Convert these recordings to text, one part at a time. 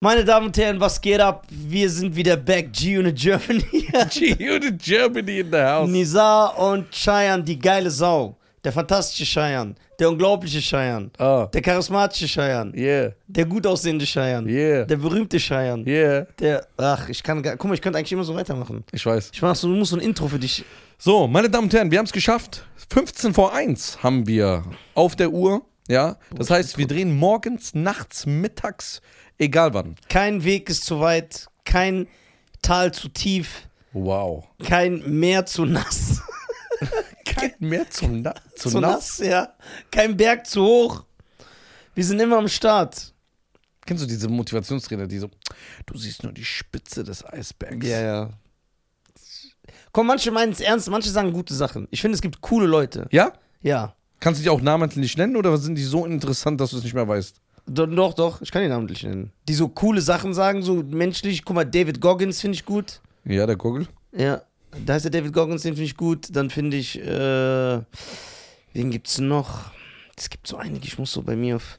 Meine Damen und Herren, was geht ab? Wir sind wieder back, G-Unit Germany. G-Unit Germany in the house. Nizar und Cheyenne, die geile Sau. Der fantastische Cheyenne, der unglaubliche Cheyenne, Oh, der charismatische Cheyenne, yeah, der gut aussehende Cheyenne, yeah, der berühmte Cheyenne, yeah. der... Ach, ich kann... gar- Guck mal, ich könnte eigentlich immer so weitermachen. Ich weiß. Ich mach so, du musst so ein Intro für dich... So, meine Damen und Herren, wir haben es geschafft. 15 vor 1 haben wir auf der Uhr. Ja, das heißt, wir drehen morgens, nachts, mittags, egal wann. Kein Weg ist zu weit, kein Tal zu tief, Wow. kein Meer zu nass. Kein mehr zu, na zu, zu nass. nass, ja. Kein Berg zu hoch. Wir sind immer am Start. Kennst du diese Motivationstrainer, die so, du siehst nur die Spitze des Eisbergs. ja. Komm, manche meinen es ernst, manche sagen gute Sachen. Ich finde, es gibt coole Leute. Ja? Ja. Kannst du die auch namentlich nennen oder sind die so interessant, dass du es nicht mehr weißt? Do- Doch, doch, ich kann die namentlich nennen. Die so coole Sachen sagen, so menschlich. Guck mal, David Goggins finde ich gut. Ja, der Gurgel. Ja. Da heißt der David Goggins, den finde ich gut. Dann finde ich, äh, wen gibt's noch? Es gibt so einige, ich muss so bei mir auf,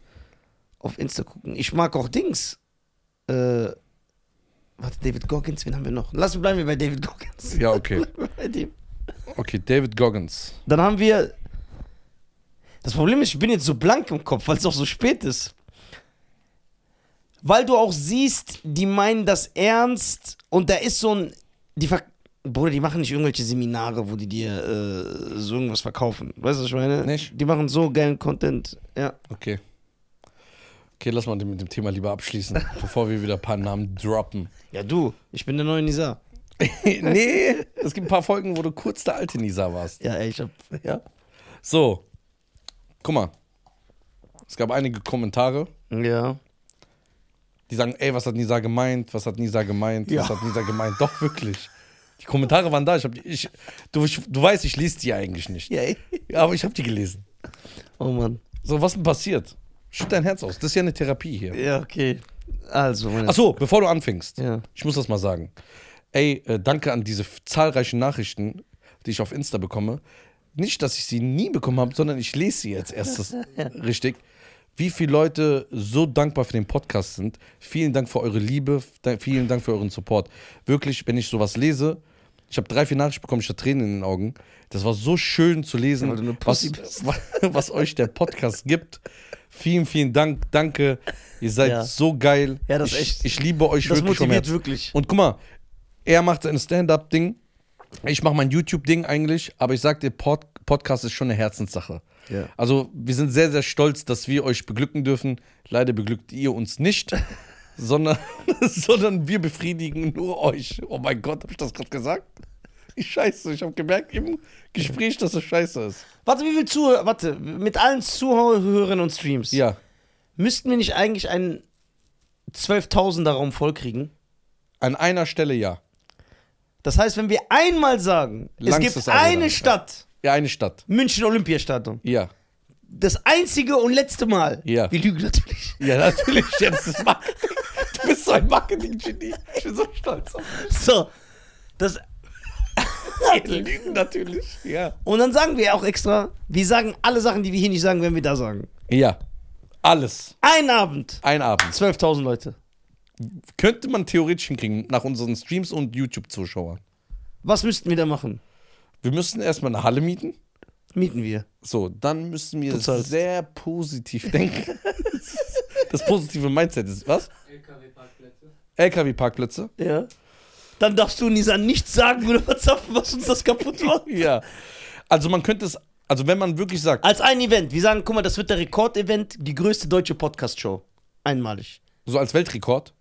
auf Insta gucken. Ich mag auch Dings. Äh, warte, David Goggins, wen haben wir noch? Lass bleiben wir bei David Goggins. Ja, okay. bei dem. Okay, David Goggins. Dann haben wir. Das Problem ist, ich bin jetzt so blank im Kopf, weil es auch so spät ist. Weil du auch siehst, die meinen das ernst und da ist so ein. Die ver Bruder, die machen nicht irgendwelche Seminare, wo die dir äh, so irgendwas verkaufen. Weißt du, was ich meine? Nicht? Die machen so geilen Content. Ja. Okay. Okay, lass mal mit dem Thema lieber abschließen, bevor wir wieder ein paar Namen droppen. Ja, du, ich bin der neue Nisa. nee, es gibt ein paar Folgen, wo du kurz der alte Nisa warst. Ja, ey, ich hab. Ja. So, guck mal. Es gab einige Kommentare, Ja. die sagen, ey, was hat Nisa gemeint? Was hat Nisa gemeint? Ja. Was hat Nisa gemeint? Doch, wirklich. Die Kommentare waren da. Ich hab die, ich, du, ich, du weißt, ich lese die eigentlich nicht. Ja, ey. Aber ich habe die gelesen. Oh Mann. So, was denn passiert? Schütt dein Herz aus. Das ist ja eine Therapie hier. Ja, okay. Also, meine. Ach so, bevor du anfängst. Ja. Ich muss das mal sagen. Ey, äh, danke an diese f- zahlreichen Nachrichten, die ich auf Insta bekomme. Nicht, dass ich sie nie bekommen habe, sondern ich lese sie jetzt erstes richtig. Wie viele Leute so dankbar für den Podcast sind. Vielen Dank für eure Liebe, f- da- vielen Dank für euren Support. Wirklich, wenn ich sowas lese, ich habe drei, vier Nachrichten bekommen, ich hatte Tränen in den Augen. Das war so schön zu lesen, Ja, weil du eine Pussy was, was euch der Podcast gibt. Vielen, vielen Dank, danke. Ihr seid Ja. so geil. Ja, das ist ich, echt- Ich liebe euch das wirklich vom motiviert Herzen. wirklich. Und guck mal, er macht sein Stand-up-Ding. Ich mache mein YouTube-Ding eigentlich, aber ich sag dir, Pod Podcast ist schon eine Herzenssache. Ja. Also, wir sind sehr, sehr stolz, dass wir euch beglücken dürfen. Leider beglückt ihr uns nicht, sondern, sondern wir befriedigen nur euch. Oh mein Gott, habe ich das gerade gesagt? Ich scheiße, ich habe gemerkt im Gespräch, dass das scheiße ist. Warte, wie viel Zuhörer? Warte, mit allen Zuhörern und Streams. Ja. Müssten wir nicht eigentlich einen 12.000er Raum vollkriegen? An einer Stelle ja. Das heißt, wenn wir einmal sagen, Langs es ist gibt aber eine also dann, Stadt, Ja, eine Stadt. München Olympiastadion, Ja. das einzige und letzte Mal. Ja. Wir lügen natürlich. Ja, natürlich. Ja, das ist Marketing. Du bist so ein Marketing-Genie. Ich bin so stolz auf dich. So, das. Wir lügen natürlich. Ja. Und dann sagen wir auch extra, wir sagen alle Sachen, die wir hier nicht sagen, wenn wir da sagen. Ja. Alles. Ein Abend, Ein Abend. 12.000 Leute. Könnte man theoretisch hinkriegen nach unseren Streams und YouTube-Zuschauern. Was müssten wir da machen? Wir müssten erstmal eine Halle mieten. Mieten wir. So, dann müssen wir Bezahlt. sehr positiv denken. Das positive Mindset ist was? LKW-Parkplätze. LKW-Parkplätze. Ja. Dann darfst du Nisa nichts sagen oder verzapfen, was uns das kaputt macht. Ja. Also man könnte es, also wenn man wirklich sagt, Als ein Event. Wir sagen, guck mal, das wird der Rekordevent, die größte deutsche Podcast-Show. Einmalig. so als Weltrekord,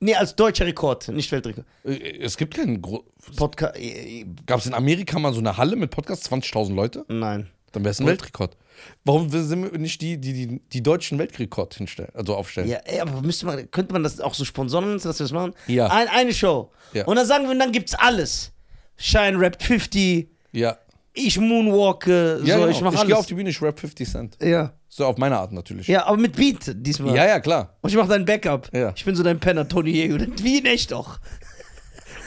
Nee, als deutscher Rekord, nicht Weltrekord. äh, es gibt keinen Gro Podcast. Äh, äh, Gab es in Amerika mal so eine Halle mit Podcasts, 20.000 Leute? nein. Dann wäre es ein Weltrekord. Warum sind wir nicht die, die die, die deutschen Weltrekord hinstellen, also aufstellen? Ja, ey, aber müsste man, könnte man das auch so sponsoren, dass wir das machen? Ja. Ein, eine Show. Ja. Und dann sagen wir, dann gibt's alles. Shine Rap 50, Ja. ich moonwalke, Ja, so, genau. ich mache gehe alles. auf die Bühne, ich rap 50 Cent. ja. So auf meine Art natürlich. ja, aber mit Beat diesmal. ja, ja, klar. Und ich mache dein Backup. Ja. Ich bin so dein Penner, Tony Yeo. Wie in echt auch.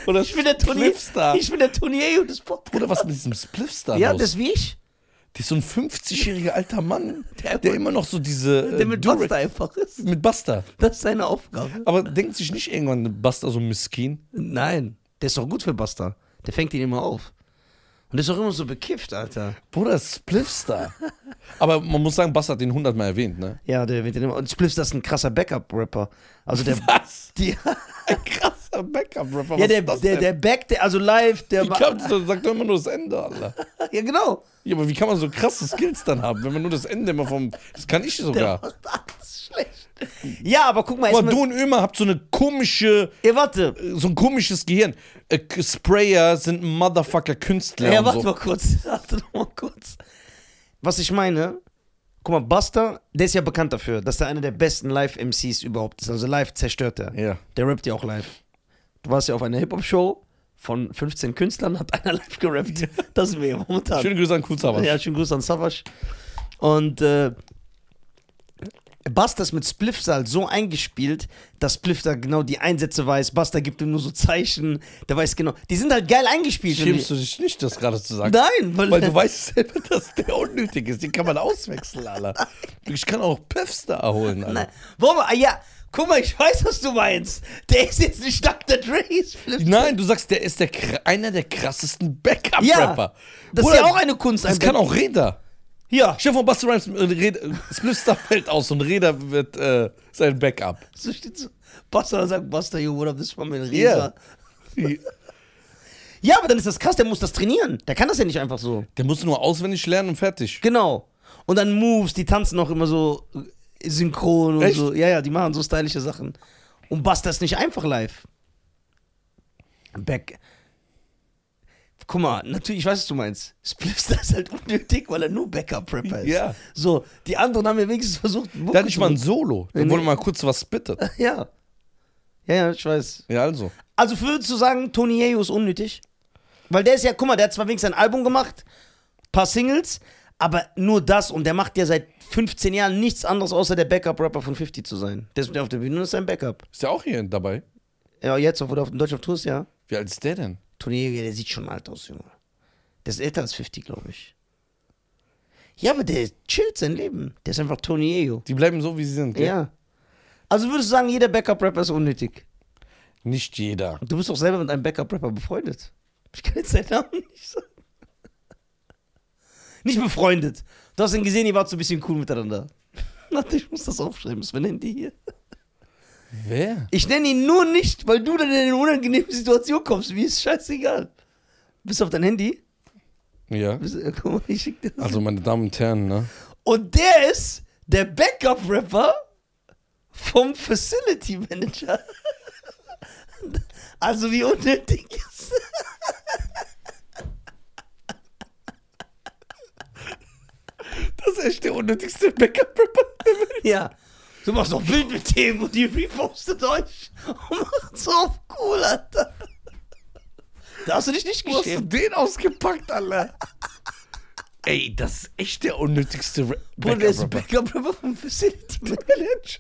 Oder Ich bin der Tony. Spliffstar. Ich bin der Tony Yeo des Podcasts. Oder was mit diesem Spliffstar Ja, los? das ist wie ich. Der ist so ein 50-jähriger alter Mann, der, immer noch so diese. äh, Der mit Durag- Basta einfach ist. Mit Basta. Das ist seine Aufgabe. Aber denkt sich nicht irgendwann Basta so miskin? Nein, der ist doch gut für Basta. Der fängt ihn immer auf. Und der ist doch immer so bekifft, Alter. Bruder, Spliffstar. Aber man muss sagen, Basta hat den 100 Mal erwähnt, ne? Ja, der wird immer. Und Spliffs, das ist ein krasser Backup-Rapper. Also der. Was? Die, Ein krasser Backup-Rapper. ja, der, der, der Back, der, also live, der. ich glaub, das sagt doch immer nur das Ende, Alter. ja, genau. Ja, aber wie kann man so krasse Skills dann haben, wenn man nur das Ende immer vom. Das kann ich sogar. Das ist schlecht. Ja, aber guck mal, Guck mal, erstmal- du und Ömer habt so eine komische. Ja, warte. So ein komisches Gehirn. Äh, K- Sprayer sind Motherfucker-Künstler. Ja, und warte so. mal kurz. Warte noch mal kurz. Was ich meine, guck mal, Buster, der ist ja bekannt dafür, dass er einer der besten Live-MCs überhaupt ist. Also live zerstört er. Ja. Der rappt ja auch live. Du warst ja auf einer Hip-Hop-Show von 15 Künstlern, hat einer live gerappt. Das ist mir momentan. Schöne Grüße an Kuzawa. Ja, schönen Gruß an Savas. Und äh, Buster ist mit Spliffsal halt so eingespielt, dass Spliffsal genau die Einsätze weiß. Buster gibt ihm nur so Zeichen. Der weiß genau. Die sind halt geil eingespielt. wenn Schämst du dich nicht, das gerade zu die- sagen? Nein, weil, Weil du weißt selber, dass der unnötig ist. Den kann man auswechseln, Alter. Ich kann auch Puffstar holen, Alter. Nein. Warum? Ah, ja, guck mal, ich weiß, was du meinst. Der ist jetzt nicht Dr. Dre. ist Spliff- Nein, du sagst, der ist der, kr- einer der krassesten Backup-Rapper. Ja, das ist Bruder, ja auch eine Kunst. Das ein kann Back- auch Reda. Ja, Stell dir vor, Buster Rhymes, äh, Reda- äh, Spliffstar fällt aus und Reda wird äh, sein Backup. so steht so. Buster sagt, Buster, you would have this from Reza. Ja. Ja, aber dann ist das krass, der muss das trainieren. Der kann das ja nicht einfach so. Der muss nur auswendig lernen und fertig. Genau. Und dann Moves, die tanzen auch immer so äh, synchron und Echt? so. Ja, ja, die machen so stylische Sachen. Und Buster ist nicht einfach live. Back. Guck mal, natürlich, ich weiß, was du meinst. Spliffstar ist halt unnötig, weil er nur Backup-Rapper ist. Ja. So, die anderen haben ja wenigstens versucht. Da Mucke hatte ich zu mal ein machen. Solo. Da Nee. wurde mal kurz was spittet. Ja. Ja, ja, ich weiß. Ja, also. Also würdest du sagen, Tony Yeo ist unnötig? Weil der ist ja, guck mal, der hat zwar wenigstens ein Album gemacht, paar Singles, aber nur das und der macht ja seit 15 Jahren nichts anderes, außer der Backup-Rapper von 50 zu sein. Der ist auf der Bühne und ist sein Backup. Ist der auch hier dabei? Ja, jetzt, obwohl er auf Deutsch auf Tour ist, ja. Wie alt ist der denn? Tony Yeo, ja, der sieht schon alt aus, Junge. Der ist älter als 50, glaube ich. Ja, aber der chillt sein Leben. Der ist einfach Tony Yeo. Die bleiben so, wie sie sind. Gell? Ja. Also würdest du sagen, jeder Backup-Rapper ist unnötig? Nicht jeder. Du bist doch selber mit einem Backup-Rapper befreundet. Ich kann jetzt seinen Namen nicht sagen. Nicht befreundet. Du hast ihn gesehen, ihr wart so ein bisschen cool miteinander. Warte, ich muss das aufschreiben. Was nennen die hier? Wer? Ich nenne ihn nur nicht, weil du dann in eine unangenehme Situation kommst. Mir ist scheißegal. Bist du auf dein Handy? Ja. Bist, äh, guck mal, ich schick dir das. Also, meine Damen und Herren, ne? Und der ist der Backup-Rapper vom Facility Manager. Also wie unnötig ist Das ist echt Oh, der unnötigste Backup-Rapper. Ja. Du machst doch Bild mit dem und die repostet euch und macht so auf cool, Alter. Da hast du dich nicht Wo hast du geschämt. den ausgepackt, Alter? Ey, das ist echt der unnötigste Ra- Bruder, der ist ein Backup-Rapper. Backup-Rapper vom Facility Manager.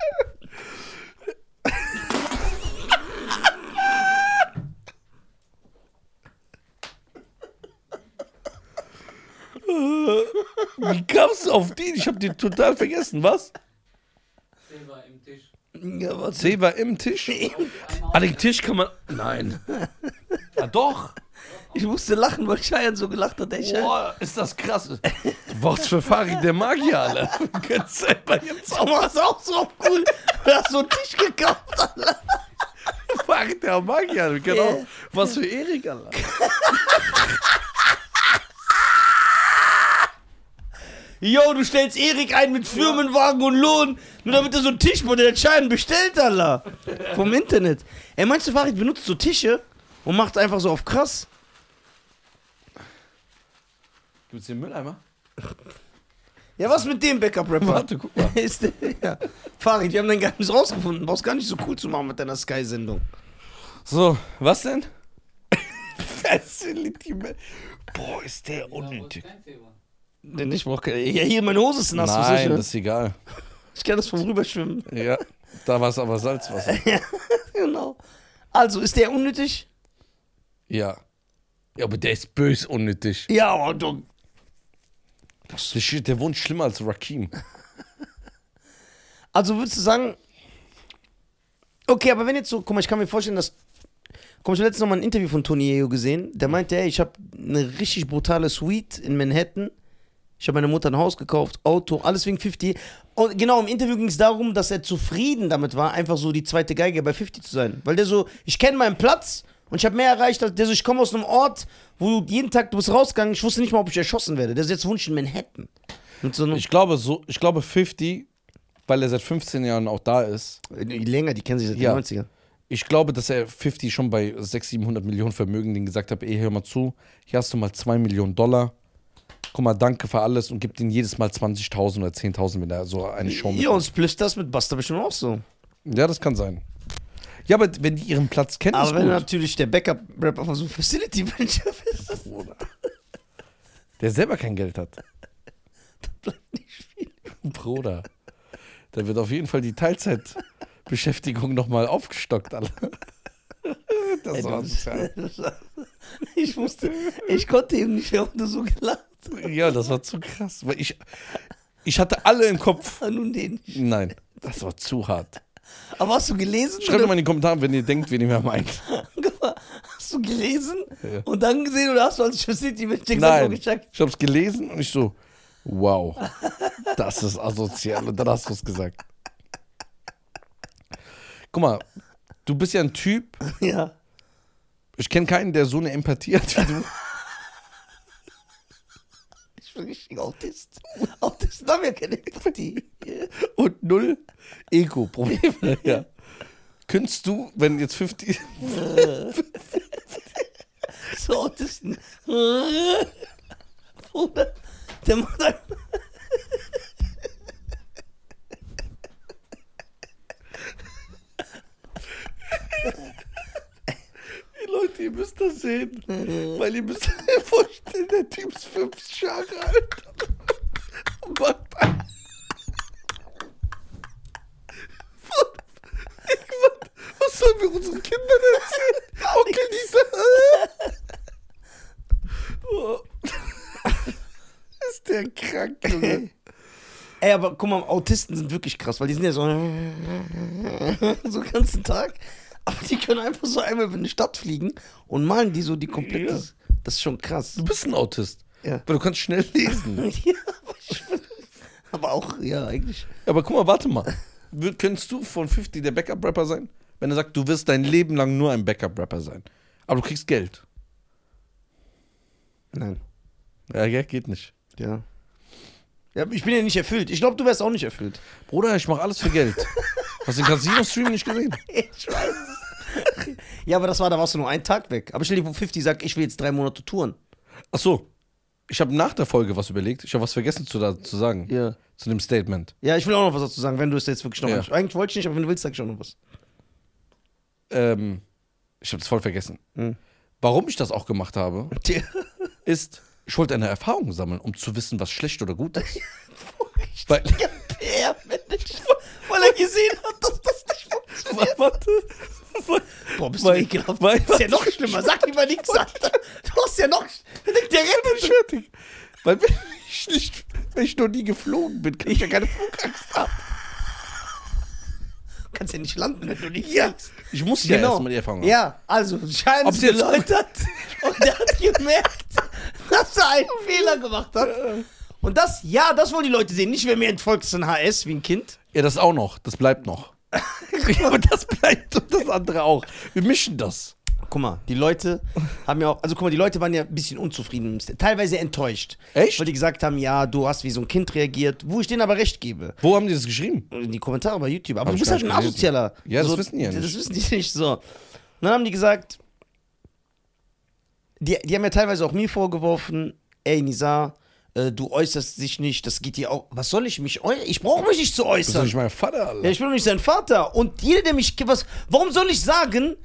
Wie kamst du auf den? Ich hab den total vergessen, was? Silber im Tisch. Ja, was? C war im Tisch. An den Tisch kann man. Nein. Ja, doch. Ich musste lachen, weil Cheyenne so gelacht hat. Ey, Cheyenne. Boah, ist das krass. Was für Farid der Magier, Alter. Du kannst selber jetzt Du machst auch so auf cool. Du hast so einen Tisch gekauft, Alter. Farid der Magier, Alter. Genau. Was für Erik, Alter. Yo, du stellst Erik ein mit Firmenwagen und Lohn, nur damit er so einen Tischmodell entscheiden bestellt, Alter. Vom Internet. Ey, meinst du, Farid benutzt so Tische und macht einfach so auf krass? Gibt's den Mülleimer? Ja, was mit dem Backup-Rapper? Warte, guck mal. Ist der, ja. Farid, wir haben dein Geheimnis rausgefunden. Du brauchst gar nicht so cool zu machen mit deiner Sky-Sendung. So, was denn? Facility Man. Boah, ist der unnötig. Kein Silber. Denn ich brauch keine. Ja, hier meine Hose ist nass. was soll ich, Nein, ne? das ist egal. ich kann das vom Rüberschwimmen. Ja, da war es aber Salzwasser. genau. Also, ist der unnötig? Ja. Ja, aber der ist bös unnötig. Ja, und du. Der, Sch- der wohnt schlimmer als Rakim. Also würdest du sagen, okay, aber wenn jetzt so, guck mal, ich kann mir vorstellen, dass, guck mal, ich habe letztens noch mal ein Interview von Tony Yeo gesehen, der meinte, ey, ich habe eine richtig brutale Suite in Manhattan, ich habe meiner Mutter ein Haus gekauft, Auto, alles wegen 50. Und genau, im Interview ging es darum, dass er zufrieden damit war, einfach so die zweite Geige bei 50 zu sein. Weil der so, ich kenne meinen Platz und ich habe mehr erreicht, als der so, ich komme aus einem Ort, wo du jeden Tag, du bist rausgegangen, ich wusste nicht mal, ob ich erschossen werde. Der ist jetzt Wunsch in Manhattan. Mit so einem, Ich glaube, so, ich glaube 50, weil er seit 15 Jahren auch da ist. länger, die kennen sich seit Ja. den 90ern. Ich glaube, dass er 50 schon bei 600, 700 Millionen Vermögen denen gesagt hat, ey, hör mal zu, hier hast du mal 2 Millionen Dollar. Guck mal, danke für alles und gibt ihm jedes Mal 20.000 oder 10.000, wenn er so eine Show Ja, und splifft das mit Buster bestimmt auch so. Ja, das kann sein. Ja, aber wenn die ihren Platz kennen, Aber wenn ist gut. natürlich der Backup-Rapper von so einem Facility-Manager ist, das Der selber kein Geld hat. bleibt nicht viel. Bruder. Da wird auf jeden Fall die Teilzeitbeschäftigung nochmal aufgestockt, Alter. Das Ey, war das- sozial. Ich wusste, ich konnte eben nicht, warum du so gelacht Ja, das war zu krass. Weil ich, ich hatte alle im Kopf. hast. Nun den. nicht. Nein, das war zu hart. Aber hast du gelesen? Schreibt doch oder- mal in die Kommentare, wenn ihr denkt, wen ihr mehr meint. Guck mal, hast du gelesen Ja. und dann gesehen oder hast du als Facility-Manager gesagt, oh, Nein, ich gecheckt? hab's gelesen und ich so, wow, das ist asozial. Und dann hast du's gesagt. Guck mal, du bist ja ein Typ. Ja. Ich kenne keinen, der so eine Empathie hat wie du. Ich bin richtig Autist. Autisten haben ja keine Empathie. und null Ego-Probleme. ja. Könntest du, wenn jetzt 50. So Autisten. Bruder, der macht einfach. Ey, Leute, ihr müsst das sehen. Weil ihr müsst euch vorstellen, der Typ ist 50 Jahre alt. Oh Und macht ein- Von- Ich warte, Was sollen wir unseren Kindern erzählen? Onkel dieser. Oh. äh, Ist der krank, Junge. Ey, aber guck mal, Autisten sind wirklich krass, weil die sind ja so so den ganzen Tag. Aber die können einfach so einmal über eine Stadt fliegen und malen die so die komplette. Das ist schon krass. Du bist ein Autist. Ja. Aber du kannst schnell lesen. Ja, aber, ich bin, aber auch, ja, eigentlich. Aber guck mal, warte mal. Wür- Könntest du von 50 der Backup-Rapper sein? Wenn er sagt, du wirst dein Leben lang nur ein Backup-Rapper sein. Aber du kriegst Geld. Nein. Ja, ja, geht nicht. Ja. ja ich bin ja nicht erfüllt. Ich glaube, du wärst auch nicht erfüllt. Bruder, ich mache alles für Geld. Hast du den Casino-Stream nicht gesehen? Ich weiß. ja, aber das war, da warst du nur einen Tag weg. Aber stell dir vor, 50 sagt, ich will jetzt drei Monate touren. Ach so. Ich habe nach der Folge was überlegt. Ich habe was vergessen zu, da, zu sagen. Ja. Zu dem Statement. Ja, ich will auch noch was dazu sagen, wenn du es jetzt wirklich noch Ja. nicht. Eigentlich wollte ich nicht, aber wenn du willst, sag ich auch noch was. Ähm, ich habe das voll vergessen. Hm. Warum ich das auch gemacht habe, Tja. ist, ich wollte eine Erfahrung sammeln, um zu wissen, was schlecht oder gut ist. Weil, richtiger PR-Manager, weil er gesehen hat, dass das nicht funktioniert. warte. Boah, bist Weil- du ekelhaft. weil- ist ja noch schlimmer. Sag lieber nichts, Alter. Du hast ja noch... Der rettet nicht fertig. Weil wenn ich, nicht, wenn ich noch nie geflogen bin, kann ich ja keine Flugangst haben. Du kannst ja nicht landen, wenn du nicht ja. genau. Ich muss Genau. ja erstmal die Erfahrung haben. Ja, also, scheinbar Ob's jetzt- geläutert. Und er hat gemerkt, dass er einen Fehler gemacht hat. Und das, ja, das wollen die Leute sehen. Nicht, wer mir entfolgt, ist ein HS wie ein Kind. Ja, das auch noch. Das bleibt noch. ja, aber Genau, das bleibt und das andere auch. Wir mischen das. Guck mal, die Leute haben ja auch, also guck mal, die Leute waren ja ein bisschen unzufrieden, teilweise enttäuscht. Echt? Weil die gesagt haben, ja, du hast wie so ein Kind reagiert, wo ich denen aber recht gebe. Wo haben die das geschrieben? In die Kommentare bei YouTube. Aber du Hab ich bist gar halt ein nicht gelesen. Asozialer. Ja, das so, wissen die ja Das nicht. wissen die nicht so. Und dann haben die gesagt, die, die haben ja teilweise auch mir vorgeworfen, ey Nizar, äh, du äußerst dich nicht, das geht dir auch. Was soll ich mich äußern? Ich brauche mich nicht zu Das ist äußern. nicht mein Vater, Alter. Ja, ich bin doch nicht sein Vater. Und jeder, der mich. Was, warum soll ich sagen,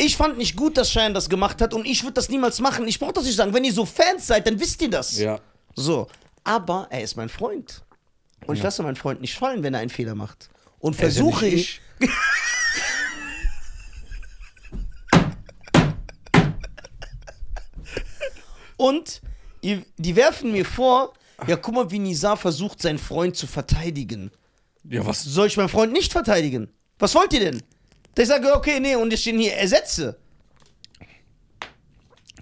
ich fand nicht gut, dass Cheyenne das gemacht hat und ich würde das niemals machen? Ich brauche das nicht sagen. Wenn ihr so Fans seid, dann wisst ihr das. Ja. So. Aber er ist mein Freund. Und ich lasse meinen Freund nicht fallen, wenn er einen Fehler macht. Und ist ja versuche nicht ich. Und ihr, die werfen mir vor, Ja, guck mal, wie Nizar versucht, seinen Freund zu verteidigen. Ja, was? Soll ich meinen Freund nicht verteidigen? Was wollt ihr denn? Ich sage, okay, nee, und ich stehen hier, ersetze.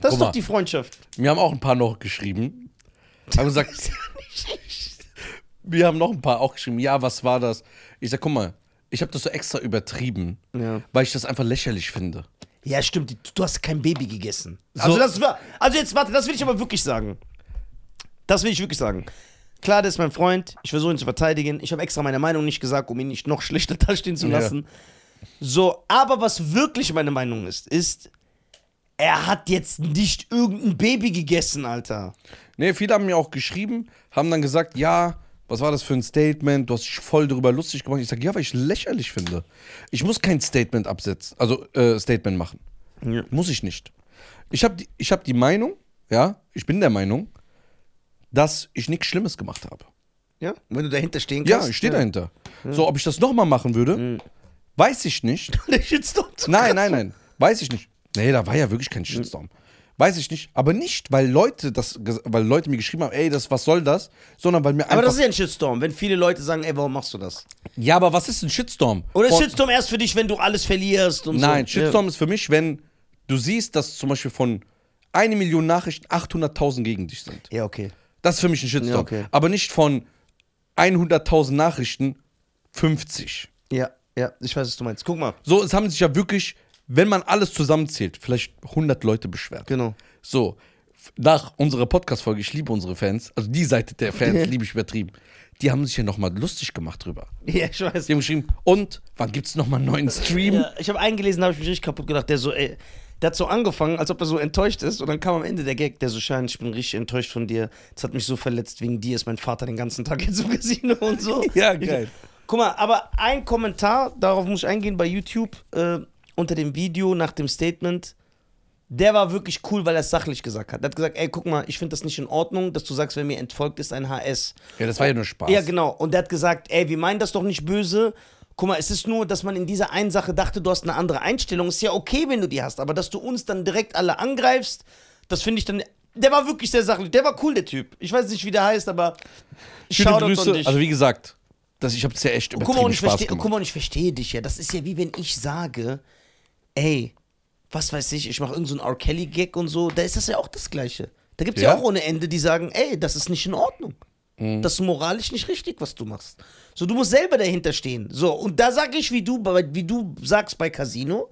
Das Guck ist mal. doch die Freundschaft. Mir haben auch ein paar noch geschrieben. Haben gesagt, wir haben noch ein paar auch geschrieben. Ja, was war das? Ich sag, guck mal, ich habe das so extra übertrieben, Ja. weil ich das einfach lächerlich finde. Ja, stimmt, du- du hast kein Baby gegessen. So- Also, das war, also jetzt, warte, das will ich aber wirklich sagen. Das will ich wirklich sagen. Klar, das ist mein Freund, ich versuche ihn zu verteidigen. Ich habe extra meine Meinung nicht gesagt, um ihn nicht noch schlechter dastehen zu Ja. lassen. So, aber was wirklich meine Meinung ist, ist, er hat jetzt nicht irgendein Baby gegessen, Alter. Nee, viele haben mir auch geschrieben, haben dann gesagt, ja, was war das für ein Statement? Du hast dich voll darüber lustig gemacht. Ich sage, ja, weil ich lächerlich finde. Ich muss kein Statement absetzen, also äh, Statement machen. Ja. Muss ich nicht. Ich habe die, ich hab die Meinung, ja, ich bin der Meinung, dass ich nichts Schlimmes gemacht habe. Ja? Wenn du dahinter stehen kannst. Ja, ich stehe dahinter. So, ob ich das nochmal machen würde, weiß ich nicht. Der Shitstorm zu Nein, nein, nein, weiß ich nicht. Nee, da war ja wirklich kein Shitstorm. Weiß ich nicht, aber nicht, weil Leute das, ges- weil Leute mir geschrieben haben, ey, das, was soll das, sondern weil mir einfach. Aber das ist ja ein Shitstorm, wenn viele Leute sagen, ey, warum machst du das? ja, aber was ist ein Shitstorm? Oder ist Von- Shitstorm erst für dich, wenn du alles verlierst und so. Nein, Shitstorm ist für mich, wenn du siehst, dass zum Beispiel von eine Million Nachrichten 800.000 gegen dich sind. Ja, ja okay. Das ist für mich ein Shitstorm. Ja, okay. Aber nicht von 100.000 Nachrichten 50. Ja, ja, ich weiß, was du meinst. Guck mal. So, es haben sich ja wirklich, wenn man alles zusammenzählt, vielleicht 100 Leute beschwert. Genau. So, f- nach unserer Podcast-Folge, ich liebe unsere Fans, also die Seite der Fans liebe ich übertrieben, die haben sich ja nochmal lustig gemacht drüber. Ja, ich weiß. Die haben geschrieben, und wann gibt's nochmal einen neuen Stream? Ja, ich habe eingelesen, habe ich mich richtig kaputt gedacht. Der so, ey, der hat so angefangen, als ob er so enttäuscht ist. Und dann kam am Ende der Gag, der so scheint, ich bin richtig enttäuscht von dir. Das hat mich so verletzt, wegen dir ist mein Vater den ganzen Tag jetzt im Casino und so. Ja, geil. Guck mal, aber ein Kommentar, darauf muss ich eingehen, bei YouTube äh, unter dem Video nach dem Statement. Der war wirklich cool, weil er es sachlich gesagt hat. Er hat gesagt, ey, guck mal, ich finde das nicht in Ordnung, dass du sagst, wer mir entfolgt ist, ein HS. Ja, das war ja nur Spaß. Ja, genau. Und der hat gesagt, ey, wir meinen das doch nicht böse. Guck mal, es ist nur, dass man in dieser einen Sache dachte, du hast eine andere Einstellung. Ist ja okay, wenn du die hast, aber dass du uns dann direkt alle angreifst, das finde ich dann. Der war wirklich sehr sachlich. Der war cool, der Typ. Ich weiß nicht, wie der heißt, aber Schöne Shoutout an Grüße. dich. Also wie gesagt, das, ich habe es ja echt guck, mal, übertrieben und ich Spaß verstehe, guck gemacht. mal, und ich verstehe dich ja. Das ist ja wie wenn ich sage, ey, was weiß ich, ich mache irgendeinen so einen R. Kelly-Gag und so. Da ist das ja auch das Gleiche. Da gibt es ja. Ja. Mhm. auch ohne Ende, die sagen, ey, das ist nicht in Ordnung. Das ist moralisch nicht richtig, was du machst. So, du musst selber dahinter stehen. So, und da sage ich, wie du, bei- wie du sagst bei Casino,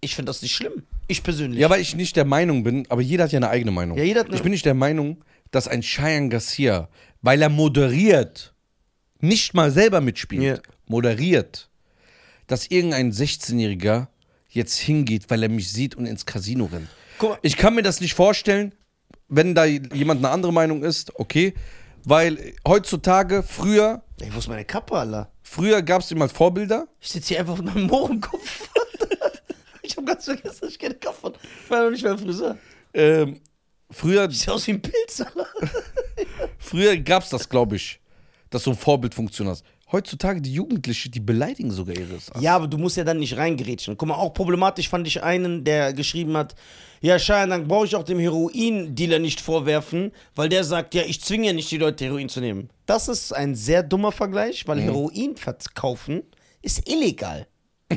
ich finde das nicht schlimm. Ich persönlich. Ja, weil ich nicht der Meinung bin, aber jeder hat ja eine eigene Meinung. Ja, jeder hat eine- ich bin nicht der Meinung, dass ein Cheyenne Garcia, weil er moderiert, nicht mal selber mitspielt, Ja. moderiert, dass irgendein 16-Jähriger jetzt hingeht, weil er mich sieht und ins Casino rennt. Guck mal. Ich kann mir das nicht vorstellen, wenn da jemand eine andere Meinung ist, okay, weil heutzutage, früher, Ey, wo ist meine Kappe, Alter? früher gab es immer Vorbilder, Ich sitze hier einfach auf meinem Mohrenkopf. ich habe ganz vergessen, dass ich keine Kappe habe. Ich war noch nicht beim Friseur. ähm, früher Sieht aus wie ein Pilz, Alter. Früher gab es das, glaube ich, dass so eine Vorbildfunktion hast. Heutzutage die Jugendlichen, die beleidigen sogar ihre Sachen. Ja, aber du musst ja dann nicht reingrätschen. Guck mal, auch problematisch fand ich einen, der geschrieben hat, ja, Schein, dann brauche ich auch dem Heroin-Dealer nicht vorwerfen, weil der sagt, ja, ich zwinge ja nicht die Leute, Heroin zu nehmen. Das ist ein sehr dummer Vergleich, weil Heroin verkaufen ist illegal.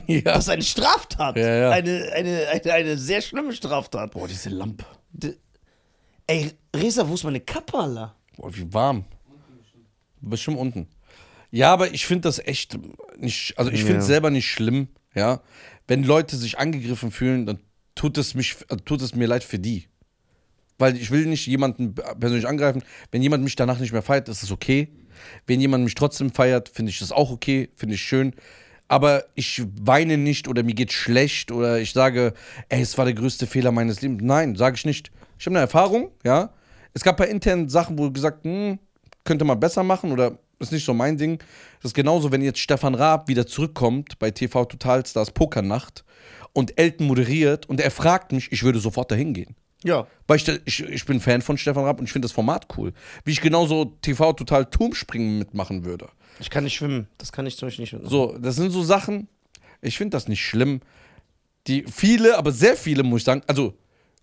Ja. Das ist eine Straftat. Ja, ja. Eine, eine, eine, eine sehr schlimme Straftat. Boah, diese Lampe. D- Ey, Resa, wo ist meine Kappe, Alter? Boah, wie warm. Bestimmt unten. Ja, aber ich finde das echt nicht, also ich finde es Ja. selber nicht schlimm, ja. Wenn Leute sich angegriffen fühlen, dann tut es mich, äh, tut es mir leid für die. Weil ich will nicht jemanden be- persönlich angreifen. Wenn jemand mich danach nicht mehr feiert, ist es okay. Wenn jemand mich trotzdem feiert, finde ich das auch okay, finde ich schön. Aber ich weine nicht oder mir geht schlecht oder ich sage, ey, es war der größte Fehler meines Lebens. Nein, sage ich nicht. Ich habe eine Erfahrung, ja. Es gab bei internen Sachen, wo gesagt, hm, könnte man besser machen oder ist nicht so mein Ding. Das ist genauso, wenn jetzt Stefan Raab wieder zurückkommt bei TV Totalstars Pokernacht und Elton moderiert und er fragt mich, ich würde sofort dahin gehen. Ja. Weil ich, da- ich, ich bin Fan von Stefan Raab und ich finde das Format cool. Wie ich genauso TV total Turmspringen mitmachen würde. Ich kann nicht schwimmen. Das kann ich zum Beispiel nicht mitmachen. So, das sind so Sachen, ich finde das nicht schlimm. Die viele, aber sehr viele, muss ich sagen, also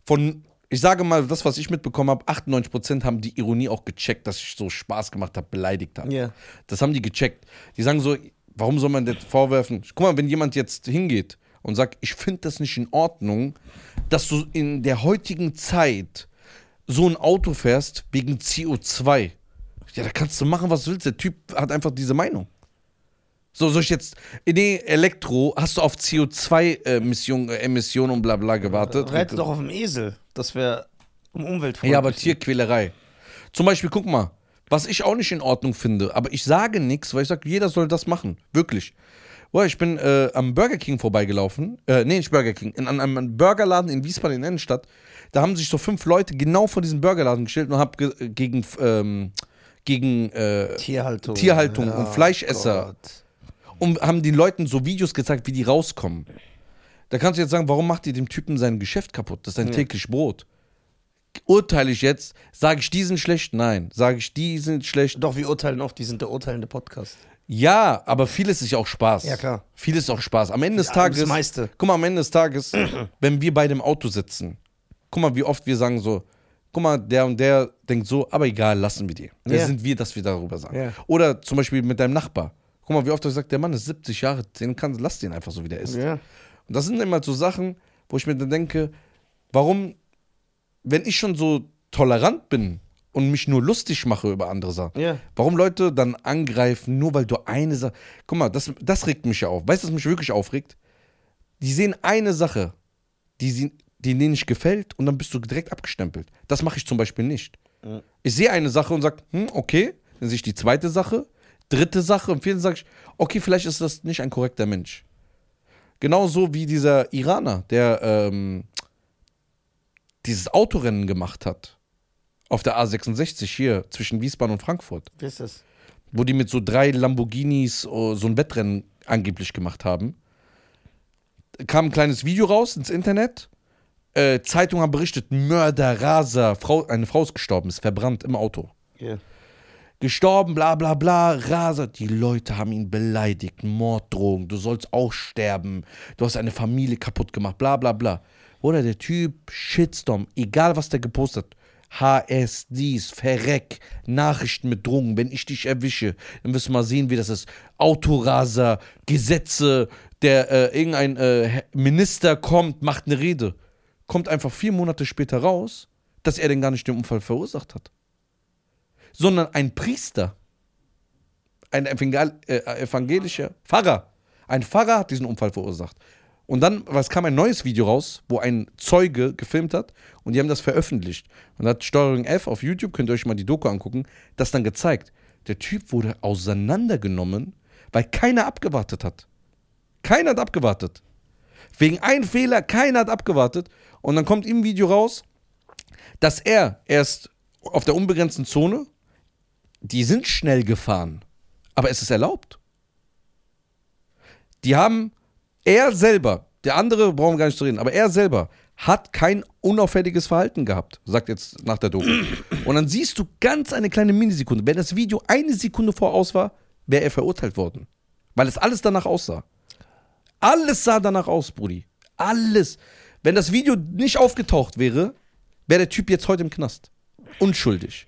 von ich sage mal, das, was ich mitbekommen habe, 98% haben die Ironie auch gecheckt, dass ich so Spaß gemacht habe, beleidigt habe. Ja. Das haben die gecheckt. Die sagen so, warum soll man das vorwerfen? Guck mal, wenn jemand jetzt hingeht und sagt, ich finde das nicht in Ordnung, dass du in der heutigen Zeit so ein Auto fährst wegen CO2. Ja, da kannst du machen, was du willst. Der Typ hat einfach diese Meinung. So, soll ich jetzt. Nee, Elektro, hast du auf CO2-Emissionen äh, Emissionen und bla bla gewartet? Reite doch auf dem Esel. Das wäre um umweltfreundlich. Ja, aber Tierquälerei. Zum Beispiel, guck mal, was ich auch nicht in Ordnung finde, aber ich sage nichts, weil ich sage, jeder soll das machen. Wirklich. Boah, ich bin äh, am Burger King vorbeigelaufen. Äh, nee, nicht Burger King. In, an einem Burgerladen in Wiesbaden in der Innenstadt. Da haben sich so fünf Leute genau vor diesem Burgerladen gestellt und haben ge gegen, ähm, gegen äh, Tierhaltung. Tierhaltung und Fleischesser. Gott. und um, haben den Leuten so Videos gezeigt, wie die rauskommen. Da kannst du jetzt sagen, warum macht ihr dem Typen sein Geschäft kaputt? Das ist sein täglich Brot. Urteile ich jetzt, sage ich, die sind schlecht? Nein. Sage ich, die sind schlecht? Doch, wir urteilen oft. Die sind der urteilende Podcast. Ja, aber vieles ist ja auch Spaß. Ja, klar. Vieles ist auch Spaß. Am Ende des Ja, Tages. das meiste. Guck mal, am Ende des Tages, wenn wir bei dem Auto sitzen, guck mal, wie oft wir sagen so, guck mal, der und der denkt so, aber egal, lassen wir die. Das Ja. sind wir, dass wir darüber sagen. Ja. Oder zum Beispiel mit deinem Nachbar. Guck mal, wie oft er sagt, der Mann ist 70 Jahre, den kann, lass den einfach so, wie der ist. Ja. Und das sind immer so Sachen, wo ich mir dann denke, warum, wenn ich schon so tolerant bin und mich nur lustig mache über andere Sachen, Ja. warum Leute dann angreifen, nur weil du eine Sache. Guck mal, das, das regt mich ja auf. Weißt du, was mich wirklich aufregt? Die sehen eine Sache, die, sie, die denen nicht gefällt und dann bist du direkt abgestempelt. Das mache ich zum Beispiel nicht. Ich sehe eine Sache und sage, hm, okay, dann sehe ich die zweite Sache, dritte Sache und vierten sage ich, okay, vielleicht ist das nicht ein korrekter Mensch. Genauso wie dieser Iraner, der ähm, dieses Autorennen gemacht hat. Auf der A66 hier zwischen Wiesbaden und Frankfurt. Wie ist das? Wo die mit so drei Lamborghinis oh, so ein Wettrennen angeblich gemacht haben. Kam ein kleines Video raus ins Internet. Äh, Zeitungen haben berichtet: Mörder, Raser, Frau, eine Frau ist gestorben, ist verbrannt im Auto Ja. gestorben, bla bla bla, Raser. Die Leute haben ihn beleidigt, Morddrohung, du sollst auch sterben, du hast eine Familie kaputt gemacht, bla bla bla. Oder der Typ, Shitstorm, egal was der gepostet hat. HSDs, Verreck, Nachrichten mit Drohungen, wenn ich dich erwische, dann wirst du mal sehen, wie das ist. Autoraser, Gesetze, der äh, irgendein äh, Minister kommt, macht eine Rede. Kommt einfach vier Monate später raus, dass er denn gar nicht den Unfall verursacht hat sondern ein Priester, ein Evangel äh, evangelischer Pfarrer. Ein Pfarrer hat diesen Unfall verursacht. Und dann, was kam ein neues Video raus, wo ein Zeuge gefilmt hat und die haben das veröffentlicht. Und hat Steuerung F auf YouTube, könnt ihr euch mal die Doku angucken, das dann gezeigt. Der Typ wurde auseinandergenommen, weil keiner abgewartet hat. Keiner hat abgewartet. Wegen einem Fehler, keiner hat abgewartet. Und dann kommt im Video raus, dass er erst auf der unbegrenzten Zone, die sind schnell gefahren, aber es ist erlaubt. Die haben, er selber, der andere brauchen wir gar nicht zu reden, aber er selber hat kein unauffälliges Verhalten gehabt, sagt jetzt nach der Doku. Und dann siehst du ganz eine kleine Minisekunde. Wenn das Video eine Sekunde voraus war, wäre er verurteilt worden. Weil es alles danach aussah. Alles sah danach aus, Brudi. Alles. Wenn das Video nicht aufgetaucht wäre, wäre der Typ jetzt heute im Knast. Unschuldig.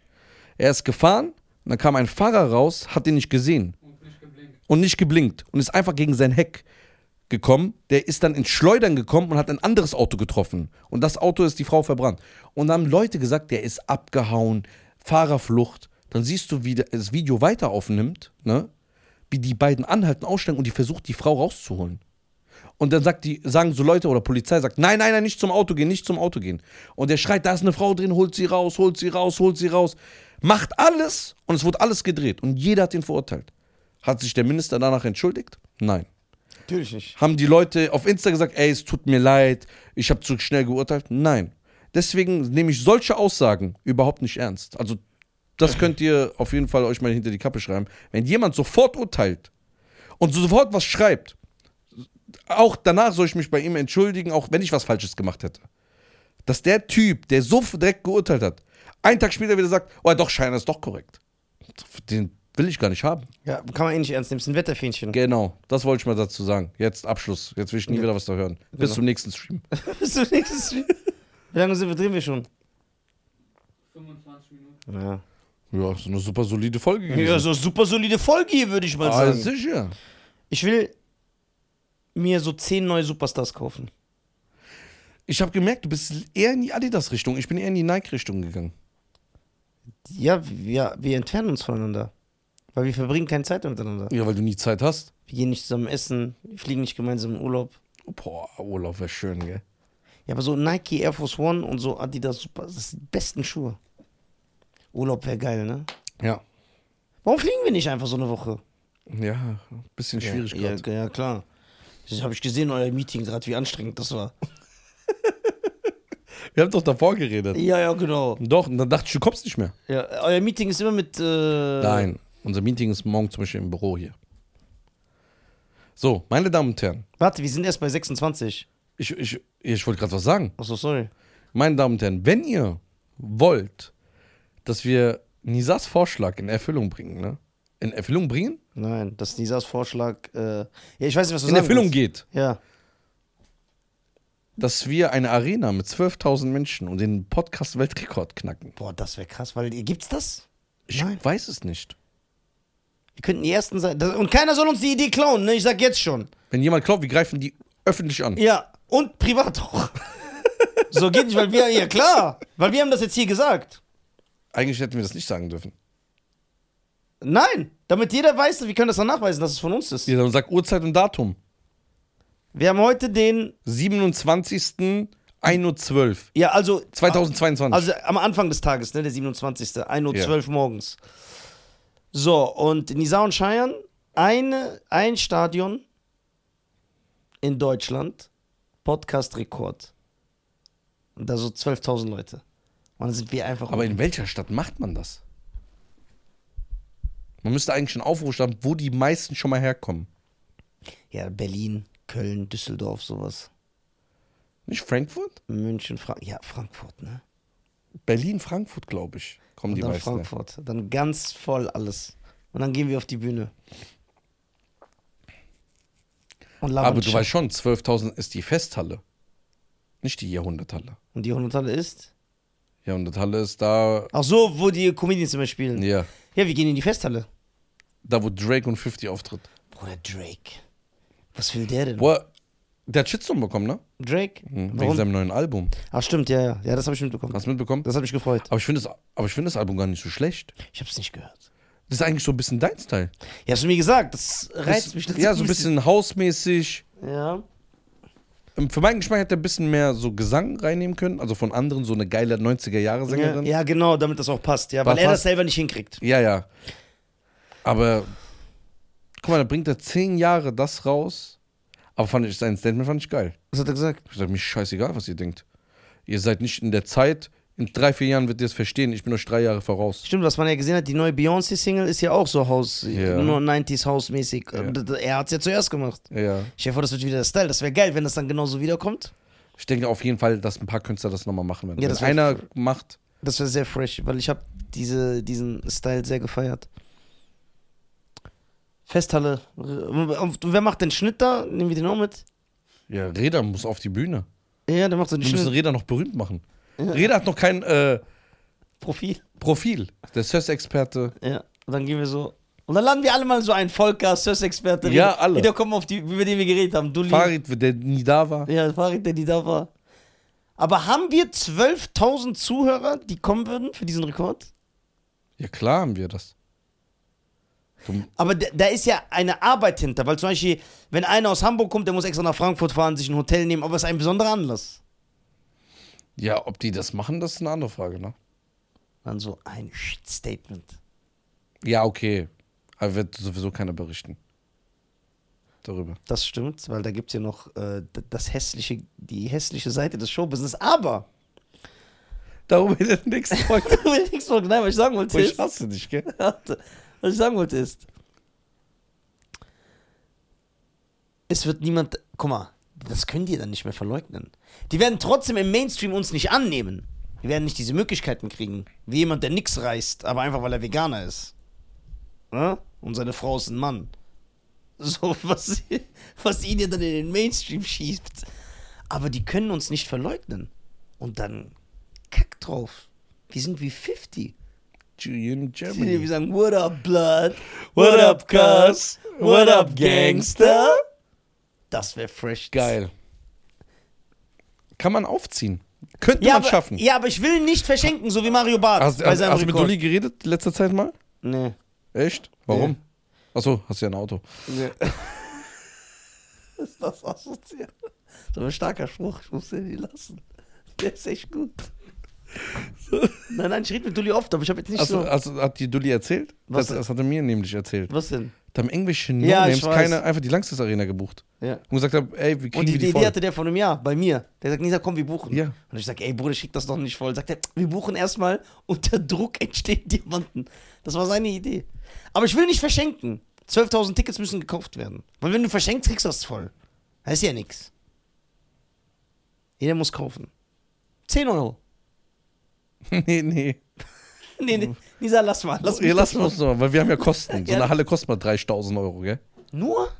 Er ist gefahren, und dann kam ein Fahrer raus, hat ihn nicht gesehen und nicht geblinkt. und nicht geblinkt und ist einfach gegen sein Heck gekommen. Der ist dann ins Schleudern gekommen und hat ein anderes Auto getroffen. Und das Auto ist die Frau verbrannt. Und dann haben Leute gesagt, der ist abgehauen, Fahrerflucht. Dann siehst du, wie das Video weiter aufnimmt, ne? wie die beiden anhalten, aussteigen und die versucht, die Frau rauszuholen. Und dann sagt die, sagen so Leute oder Polizei sagt, nein, nein, nein, nicht zum Auto gehen, nicht zum Auto gehen. Und der schreit, da ist eine Frau drin, holt sie raus, holt sie raus, holt sie raus. Macht alles und es wurde alles gedreht und jeder hat ihn verurteilt. Hat sich der Minister danach entschuldigt? Nein. Natürlich nicht. Haben die Leute auf Insta gesagt, ey, es tut mir leid, ich habe zu schnell geurteilt? Nein. Deswegen nehme ich solche Aussagen überhaupt nicht ernst. Also, das könnt ihr auf jeden Fall euch mal hinter die Kappe schreiben. Wenn jemand sofort urteilt und sofort was schreibt, auch danach soll ich mich bei ihm entschuldigen, auch wenn ich was Falsches gemacht hätte. Dass der Typ, der so direkt geurteilt hat, einen Tag später wieder sagt, oh, doch, Scheiner ist doch korrekt. Den will ich gar nicht haben. Ja, kann man eh nicht ernst nehmen. Ist ein Wetterfähnchen. Genau, das wollte ich mal dazu Genau. sagen. Jetzt Abschluss. Jetzt will ich nie wieder was da hören. Bis zum nächsten Stream. Bis zum nächsten Stream. Wie lange sind wir, drehen wir schon? 25 Minuten. Ja. Ja, so eine super solide Folge gewesen. Ja, so super solide Folge hier, würde ich mal ah, sagen. sicher. Ich will mir so zehn neue Superstars kaufen. Ich habe gemerkt, du bist eher in die Adidas-Richtung. Ich bin eher in die Nike-Richtung gegangen. Ja, wir, wir entfernen uns voneinander. Weil wir verbringen keine Zeit miteinander. Ja, weil du nie Zeit hast. Wir gehen nicht zusammen essen, wir fliegen nicht gemeinsam in Urlaub. Boah, Urlaub wäre schön, gell? Ja, aber so Nike Air Force One und so Adidas Super, das sind die besten Schuhe. Urlaub wäre geil, ne? Ja. Warum fliegen wir nicht einfach so eine Woche? Ja, ein bisschen schwierig ja, gerade. ja, ja, klar. Das habe ich gesehen, euer Meeting gerade, wie anstrengend das war. Wir haben doch davor geredet. Ja, ja, genau. Doch, und dann dachte ich, du kommst nicht mehr. Ja, euer Meeting ist immer mit. Äh, Nein, unser Meeting ist morgen zum Beispiel im Büro hier. So, meine Damen und Herren, Warte, wir sind erst bei 26. ich, ich, ich wollte gerade was sagen. Achso, sorry. Meine Damen und Herren, wenn ihr wollt, dass wir Nisas Vorschlag in Erfüllung bringen, ne? In Erfüllung bringen? Nein, das ist Nisas Vorschlag. Äh, ja, ich weiß nicht, was du In sagen Erfüllung willst. geht, Ja. dass wir eine Arena mit 12.000 Menschen und den Podcast-Weltrekord knacken. Boah, das wäre krass, weil gibt's das? Ich Nein. weiß es nicht. Wir könnten die Ersten sein. Das, und keiner soll uns die Idee klauen, ne? Ich sag jetzt schon. Wenn jemand glaubt, wir greifen die öffentlich an. Ja, und privat auch. so geht nicht, weil wir, ja klar, weil wir haben das jetzt hier gesagt. Eigentlich hätten wir das nicht sagen dürfen. Nein, damit jeder weiß, wir können das dann nachweisen, dass es von uns ist. Ja, dann sag Uhrzeit und Datum. Wir haben heute den, 27. 1.12 Uhr. ja, also, 2022. also am Anfang des Tages, ne, der 27., 1.12 Uhr morgens. So, und Nisa und Scheiern, eine, ein Stadion in Deutschland, Podcast-Rekord. Und da so 12.000 Leute. Und dann sind wir einfach. um aber in welcher Stadt macht man das? Man müsste eigentlich einen Aufruf starten, wo die meisten schon mal herkommen. ja, Berlin, Köln, Düsseldorf, sowas. Nicht Frankfurt? München, Frank ja, Frankfurt, ne? Berlin, Frankfurt, glaube ich. Kommen Und die dann meisten. her. Frankfurt. Dann ganz voll alles. Und dann gehen wir auf die Bühne. Und labern Aber du Scheiß. weißt schon, 12.000 ist die Festhalle. Nicht die Jahrhunderthalle. Und die Hunderthalle ist? Jahrhunderthalle ist da, Ach so, wo die Comedians immer spielen. ja, Ja, wir gehen in die Festhalle. da wo Drake und 50 auftritt. Bruder, Drake. Was will der denn? Boah, der hat Shitstorm bekommen, ne? Drake? Mhm, Wegen Warum? seinem neuen Album. Ach stimmt, ja, ja. Ja, das habe ich mitbekommen. Hast du mitbekommen? Das hat mich gefreut. Aber ich finde das, aber ich find das Album gar nicht so schlecht. Ich habe es nicht gehört. Das ist eigentlich so ein bisschen dein Style. Ja, hast du mir gesagt, das reizt mich. das Das Ja, so ein bisschen hausmäßig. Ja. Ähm, Für meinen Geschmack hätte er ein bisschen mehr so Gesang reinnehmen können. Also von anderen so eine geile 90er-Jahre-Sängerin. Ja, ja, genau, damit das auch passt. Ja, War weil er passt. das selber nicht hinkriegt. ja. Aber guck mal, da bringt er zehn Jahre das raus. Aber fand ich, sein Statement fand ich geil. Was hat er gesagt? Ich sag, mir ist scheißegal, was ihr denkt. Ihr seid nicht in der Zeit. In drei, vier Jahren wird ihr es verstehen. Ich bin euch drei Jahre voraus. Stimmt, was man ja gesehen hat, die neue Beyoncé-Single ist ja auch so Haus, Ja. nur 90s Haus-mäßig. Ja. D- d- Er hat es ja zuerst gemacht. Ja. Ich hoffe, das wird wieder der Style. Das wäre geil, wenn das dann genauso wiederkommt. Ich denke auf jeden Fall, dass ein paar Künstler das nochmal machen werden. Ja, das Wenn wär- einer macht, Das wäre sehr fresh, weil ich habe diese, diesen Style sehr gefeiert. Festhalle. R- Und wer macht den Schnitt da? Nehmen wir den auch mit? ja, Reda muss auf die Bühne. Ja, der macht so den Wir müssen Schnitt. Reda noch berühmt machen. Reda hat noch kein äh, Profil. Profil. Der Söss-Experte. Ja, und dann gehen wir so. Und dann laden wir alle mal so einen Volker, Sös-Experte. Ja, wieder- alle. Wieder kommen auf die, über den wir geredet haben. Dulli. Farid, der nie da war. Ja, Farid, der die da war. Aber haben wir 12.000 Zuhörer, die kommen würden für diesen Rekord? Ja, klar haben wir das. Du, Aber da, da ist ja eine Arbeit hinter, weil zum Beispiel, wenn einer aus Hamburg kommt, der muss extra nach Frankfurt fahren, sich ein Hotel nehmen, aber es ist ein besonderer Anlass. ja, ob die das machen, das ist eine andere Frage, ne? Dann so ein Statement. Ja, okay. Aber wird sowieso keiner berichten. Darüber. Das stimmt, weil da gibt es ja noch äh, d- das hässliche, die hässliche Seite des Showbusiness. Aber, Darüber in der nächsten Folge. will ich nichts von, nein, was ich sagen wollte Oh, ich ist, hasse dich, gell? Warte, was ich sagen wollte ist, es wird niemand, guck mal, das können die dann nicht mehr verleugnen. Die werden trotzdem im Mainstream uns nicht annehmen. Die werden nicht diese Möglichkeiten kriegen, wie jemand, der nichts reißt, aber einfach weil er Veganer ist. Ne? Und seine Frau ist ein Mann. So, was, was ihn ja dann in den Mainstream schiebt. Aber die können uns nicht verleugnen. Und dann kack drauf. Wir sind wie 50. Julian Wir Germany. sagen, what up, blood? What up, cuz? What up, Gangster? Das wäre fresh. Geil. Kann man aufziehen. Könnte Ja man aber, schaffen. ja, aber ich will nicht verschenken, so wie Mario Barth Hast, bei hast, seinem hast du mit Rekord. Dulli geredet letzter Zeit mal? nee. Echt? Warum? Achso, hast ja ein Auto. nee. ist das assoziiert? Das ist aber ein starker Spruch, ich muss den nicht lassen. Der ist echt gut. So. Nein, nein, ich rede mit Dulli oft, aber ich habe jetzt nicht Hast, so... du- hast, du- hat die Dulli erzählt? Was das, denn? das hat er mir nämlich erzählt. Was denn? Da haben englische Ja, ich No-Names weiß. keine, einfach die Langstes Arena gebucht. Ja. Und gesagt haben, ey, wie kriegen Und die, wir die, die voll? Idee hatte der vor einem Jahr bei mir. Der sagt, Nisa, komm, wir buchen. Ja. Und ich sage, ey Bruder, schick das doch nicht voll. Sagt er, wir buchen erstmal, unter Druck entstehen Diamanten. Das war seine Idee. Aber ich will nicht verschenken. 12.000 Tickets müssen gekauft werden. Weil wenn du verschenkst, kriegst du das voll. Das ist ja nix. Jeder muss kaufen. 10 Euro. nee, nee. Nee, nee, Nisa, lass mal. Lass mich Ihr lasst das uns noch, weil wir haben ja Kosten. So Ja. eine Halle kostet mal 3000 Euro, gell? mal. Nur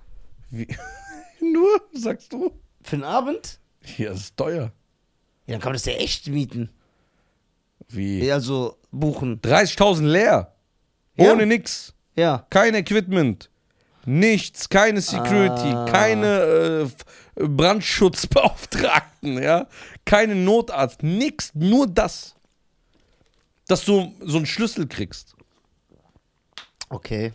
Wie? Nur, sagst du? für den Abend? Hier ist es teuer. Ja, dann kann man das ja echt mieten. Wie? Ja, also buchen. 30.000 leer. Ja. Ohne nix. Ja. Kein Equipment. Nichts, keine Security, Ah. keine äh, F- Brandschutzbeauftragten, ja, keine Notarzt, nix, nur das. Dass du so einen Schlüssel kriegst. Okay.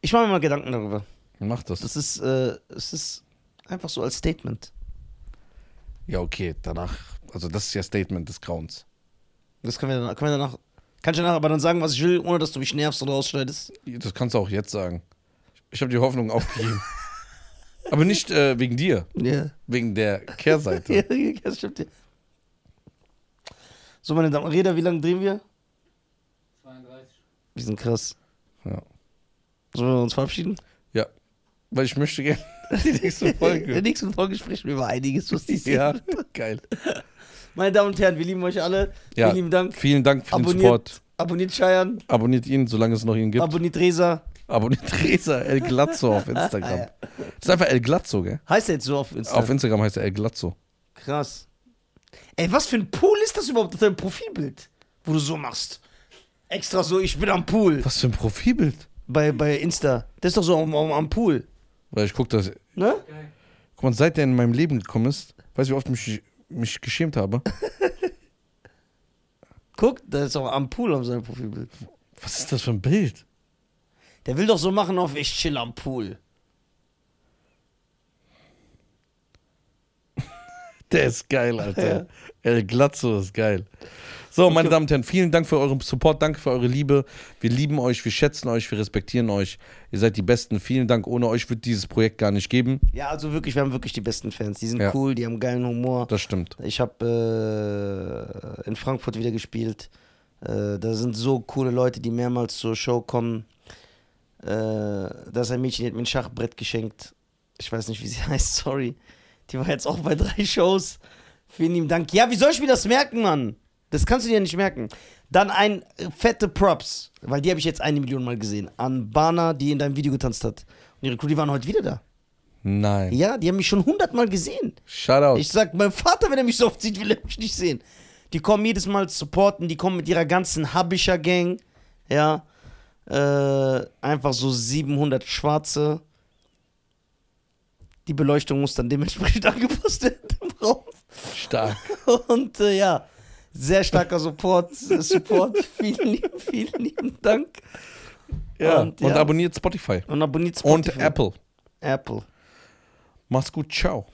Ich mache mir mal Gedanken darüber. Mach das. Das ist, äh, es ist einfach so als Statement. Ja, okay, danach, also das ist ja Statement des Grauens. Das können wir danach, können wir danach, kann ich danach aber dann sagen, was ich will, ohne dass du mich nervst oder ausschneidest. Das kannst du auch jetzt sagen. Ich habe die Hoffnung aufgegeben. Aber nicht äh, wegen dir, Ja. wegen der Kehrseite. ja, das stimmt ja. So, meine Damen und Räder, wie lange drehen wir? 32. Wir sind krass. Ja. Sollen wir uns verabschieden? ja, weil ich möchte gerne die nächste In der Folge. nächsten Folge sprechen wir über einiges, was die sehen. Ja, geil. Meine Damen und Herren, wir lieben euch alle. Ja. Vielen lieben Dank. Vielen Dank für den Abonniert. Support. Abonniert Scheiern, Abonniert ihn, solange es noch ihn gibt. abonniert Resa. Abonniert Reza El Glazzo auf Instagram. Das ist einfach El Glazzo, gell? Heißt er jetzt so auf Instagram? Auf Instagram heißt er El Glazzo. Krass. Ey, was für ein Pool ist das überhaupt auf deinem Profilbild? Wo du so machst. Extra so, ich bin am Pool. Was für ein Profilbild. Bei, bei Insta. Das ist doch so am, am, am Pool. Weil ich guck das. Ne? Geil. Guck mal, seit er in meinem Leben gekommen ist, weißt du, wie oft mich, mich geschämt habe? Guck, das ist auch am Pool auf seinem Profilbild. Was ist das für ein Bild? Der will doch so machen auf ich chill am Pool. Der ist geil, Alter. El Glazzo ist geil. So, meine Damen und Herren, vielen Dank für euren Support, danke für eure Liebe. Wir lieben euch, wir schätzen euch, wir respektieren euch. Ihr seid die Besten. Vielen Dank. Ohne euch wird dieses Projekt gar nicht geben. Ja, also wirklich, wir haben wirklich die besten Fans. Die sind Ja. cool, die haben geilen Humor. Das stimmt. Ich habe äh, in Frankfurt wieder gespielt. Äh, da sind so coole Leute, die mehrmals zur Show kommen. Äh, da ist ein Mädchen, die hat mir ein Schachbrett geschenkt. Ich weiß nicht, wie sie heißt, sorry. Die war jetzt auch bei drei Shows. Vielen lieben Dank. Ja, wie soll ich mir das merken, Mann? Das kannst du dir nicht merken. Dann ein äh, fette Props, weil die habe ich jetzt eine Million Mal gesehen. An Bana, die in deinem Video getanzt hat. Und ihre Crew, die waren heute wieder da. Nein. Ja, die haben mich schon hundertmal gesehen. Shoutout. Ich sag, mein Vater, wenn er mich so oft sieht, will er mich nicht sehen. Die kommen jedes Mal supporten, die kommen mit ihrer ganzen Habischer Gang, ja. Äh, einfach so 700 Schwarze. Die Beleuchtung muss dann dementsprechend angepasst werden im Raum. Stark. Und äh, ja, sehr starker Support. Support. Vielen lieben, vielen lieben Dank. Ja. Und, Und, ja. abonniert Spotify. Und abonniert und Spotify. Apple. Apple. Mach's gut, ciao.